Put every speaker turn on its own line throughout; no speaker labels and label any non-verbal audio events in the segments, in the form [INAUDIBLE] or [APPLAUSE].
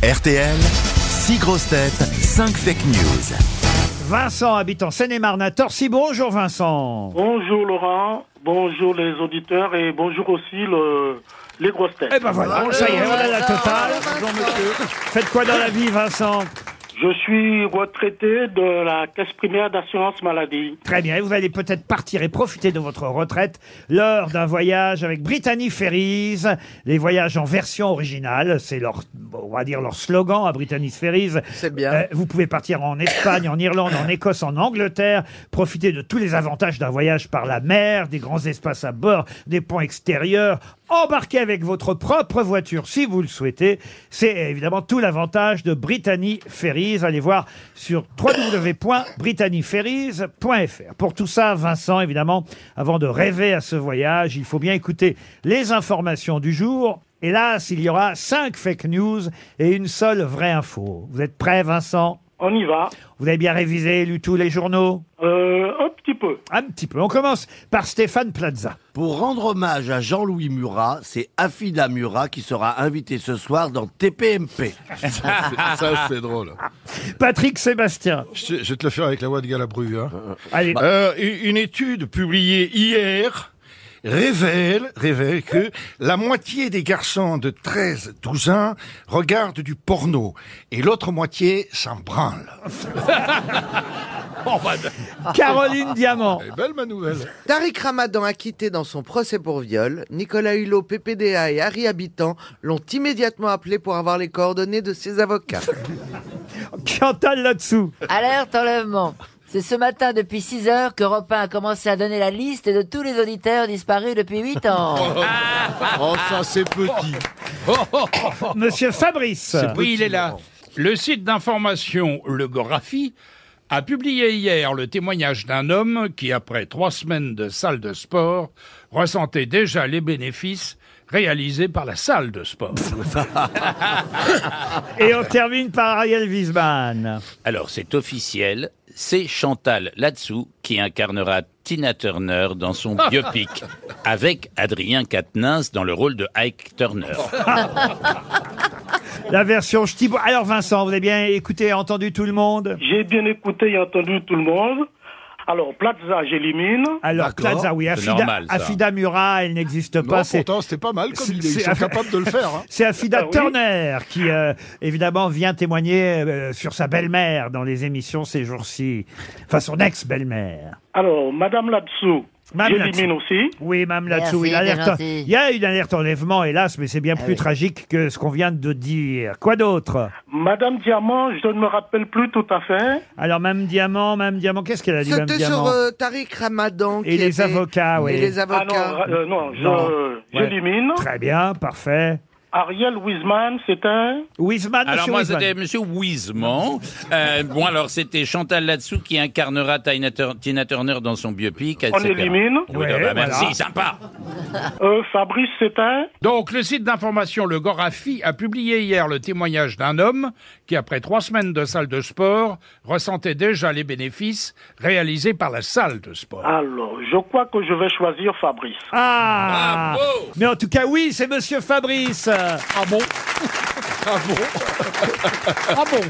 RTL, 6 grosses têtes, 5 fake news.
Vincent habite en Seine-et-Marne à Torcy. Bonjour Vincent.
Bonjour Laurent, bonjour les auditeurs et bonjour aussi le- les grosses têtes.
Eh ben voilà, bon, ça y est, on a la totale. Bonjour monsieur. Faites quoi dans la vie Vincent Euh,
Je suis retraité de la caisse primaire d'assurance maladie.
Très bien, et vous allez peut-être partir et profiter de votre retraite lors d'un voyage avec Brittany Ferries. Les voyages en version originale, c'est leur, on va dire leur slogan à Brittany Ferries.
C'est bien.
Euh, vous pouvez partir en Espagne, en Irlande, en Écosse, en Angleterre, profiter de tous les avantages d'un voyage par la mer, des grands espaces à bord, des ponts extérieurs. Embarquer avec votre propre voiture si vous le souhaitez. C'est évidemment tout l'avantage de Brittany Ferries. Allez voir sur www.brittanyferries.fr. Pour tout ça, Vincent, évidemment, avant de rêver à ce voyage, il faut bien écouter les informations du jour. Hélas, il y aura cinq fake news et une seule vraie info. Vous êtes prêts, Vincent
On y va,
Vous avez bien révisé, lu tous les journaux
Euh, un petit peu.
Un petit peu. On commence par Stéphane Plaza.
Pour rendre hommage à Jean-Louis Murat, c'est Afida Murat qui sera invité ce soir dans TPMP.
[LAUGHS] Ça, c'est drôle.
Patrick Sébastien.
Je, te- je vais te le faire avec la voix de Galabru. hein.
Allez,
Bah.
Euh, une une étude publiée hier révèle, révèle que la moitié des garçons de 13-12 ans regardent du porno et l'autre moitié s'en branle.
Caroline Diamant.
C'est belle ma nouvelle.
Tariq Ramadan acquitté dans son procès pour viol, Nicolas Hulot, PPDA et Harry Habitant l'ont immédiatement appelé pour avoir les coordonnées de
[LAUGHS]
ses avocats.
Chantal là-dessous.
Alerte enlèvement. C'est ce matin depuis 6 heures que Repin a commencé à donner la liste de tous les auditeurs disparus depuis 8 ans.
Oh, ça c'est petit.
Monsieur Fabrice.
Ah, Oui, il est là. Le site d'information Le Gorafi a publié hier le témoignage d'un homme qui, après trois semaines de salle de sport, ressentait déjà les bénéfices réalisés par la salle de sport.
Et on termine par Ariel Wiesman.
Alors c'est officiel, c'est Chantal Latsou qui incarnera Tina Turner
[LAUGHS]
dans son biopic, avec Adrien Quatennens dans le rôle de Ike Turner.
Oh, La version ch'ti. Alors Vincent, vous avez bien écouté et entendu tout le monde
J'ai bien écouté et entendu tout le monde. Alors, Plaza, j'élimine.
alors,
D'accord,
Plaza, oui,
c'est
Afida,
normal, ça.
Afida Murat, elle n'existe
Non,
pas. c'est-
pourtant c'était pas mal comme
c'est-
il est. Ils
c'est-
sont capables de le faire. hein.
C'est Afida
Ah oui.
Turner qui, euh, évidemment, vient témoigner euh, sur sa belle-mère dans les émissions ces jours-ci. Enfin, son ex-belle-mère.
Alors, Madame Latsou,
Madame Latsou.
j'élimine aussi.
Oui, Mme
Merci,
Latsou, il,
t'es
alerte-
gentille.
il y a une alerte enlèvement, hélas, mais c'est bien plus
Ah oui.
tragique que ce qu'on vient de dire. Quoi d'autre
Madame Diamant, je ne me rappelle plus tout à fait.
Alors, Mme Diamant, Mme Diamant, qu'est-ce qu'elle a dit, Mme
C'était
Diamant
sur euh, Tariq Ramadan.
Et
qui
les
était-
avocats, oui.
Et les
Ah non,
avocats.
ra- euh, non, je-
Non.
euh,
Ouais.
j'élimine.
Très bien, parfait.
Ariel Wiesman, c'est un...
Wiseman,
Alors
monsieur
moi
Wiseman.
c'était Monsieur Wiseman. Euh, bon alors c'était Chantal Latsou qui incarnera Tina Tur- Tina Turner dans son biopic, etc.
On élimine.
Oui,
Ouais,
ah bah,
voilà.
Merci, sympa.
Euh, Fabrice, c'est un...
Donc, le site d'information Le Gorafi a publié hier le témoignage d'un homme qui, après trois semaines de salle de sport, ressentait déjà les bénéfices réalisés par la salle de sport.
Alors, je crois que je vais choisir Fabrice.
Ah Mais en tout cas, oui, c'est Monsieur Fabrice.
Ah bon Ah bon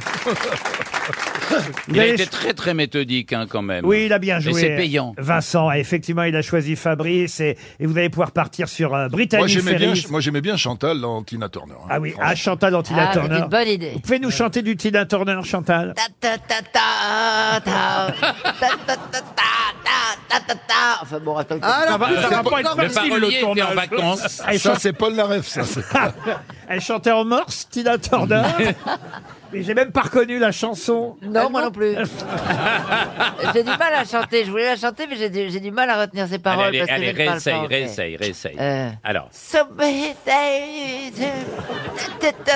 Vous
Il a
avez
été
ch-
très très méthodique hein, quand même.
Oui, il a bien joué.
Et c'est payant.
Vincent, effectivement, il a choisi Fabrice et, et vous allez pouvoir partir sur euh,
Moi
Britannique
j'aimais bien,
Ferries.
moi j'aimais bien Chantal dans Tina Turner. hein,
Ah oui,
franchement.
à Chantal dans Tina
Ah, c'est
Turner.
une bonne idée.
Vous pouvez nous chanter du Tina Turner, Chantal
Ta ta ta ta ta ta ta ta ta ta ta ta. Enfin bon, attends.
Ah, alors,
va- ça va pas être
Le
facile, le
parolier était en
tournage.
Ah.
vacances.
elle,
Ça
chante-
c'est Paul Naref, ça. c'est-
[LAUGHS] elle chantait en morse, Tina
[LAUGHS]
Turner. Mais j'ai même pas reconnu la chanson.
Non, moi non plus.
[LAUGHS]
j'ai du mal à chanter. Je voulais la chanter, mais j'ai du, j'ai du mal à retenir ses paroles
allez,
parce que
allez,
je ne parle pas
réessaye,
anglais.
réessaye, réessaye.
Euh.
Alors.
Somebody say-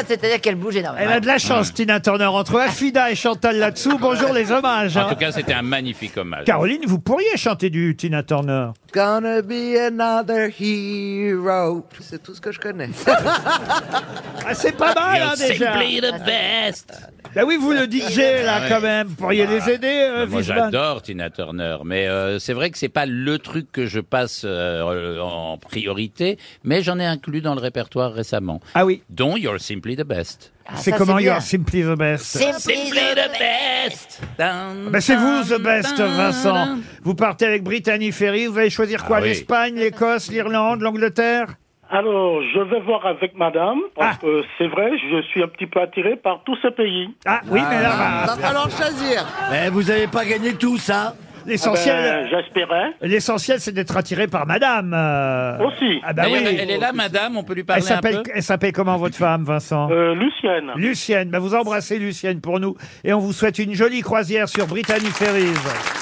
C'est-à-dire qu'elle bouge
Elle
énormément. Ah,
a de la chance, Tina Turner, entre Afida et Chantal là-dessous. Bonjour les hommages.
Ah, En
hein.
tout cas, c'était un magnifique hommage.
Caroline, vous pourriez chanter du Tina Turner.
Gonna be another hero. C'est tout ce que je connais. [LAUGHS]
Ah, c'est pas mal, hein, déjà.
the best.
Bah oui, vous le disiez,
Ah,
là, quand même. Vous pourriez les aider, euh,
Ben, Moi,
Wiesmann.
j'adore Tina Turner, mais euh, c'est vrai que c'est pas le truc que je passe euh, en priorité, mais j'en ai inclus dans le répertoire récemment,
Ah oui.
dont You're Simply the Best.
C'est
Ah, ça,
comment
c'est
You
bien.
are simply the best
Simply the
best.
Ben, c'est vous, The Best, Vincent. Vous partez avec Brittany Ferry. Vous allez choisir quoi
Ah oui.
L'Espagne, l'Écosse, l'Irlande, l'Angleterre
Alors, je vais voir avec madame, parce que c'est vrai, je suis un petit peu attiré par tous ces pays.
Ah oui, mais là, bah,
Va falloir choisir.
Eh, vous n'avez pas gagné tout ça
Ah ben,
l'essentiel,
J'espérais.
l'essentiel, c'est d'être attiré par madame. euh.
Aussi.
Ah bah
D'ailleurs,
oui.
Elle est là, madame, on peut lui
Elle
parler un
s'appelle,
peu
elle s'appelle comment votre femme, Vincent
Euh, Lucienne.
Lucienne. Bah, vous embrassez Lucienne pour nous et on vous souhaite une jolie croisière sur Brittany Ferries.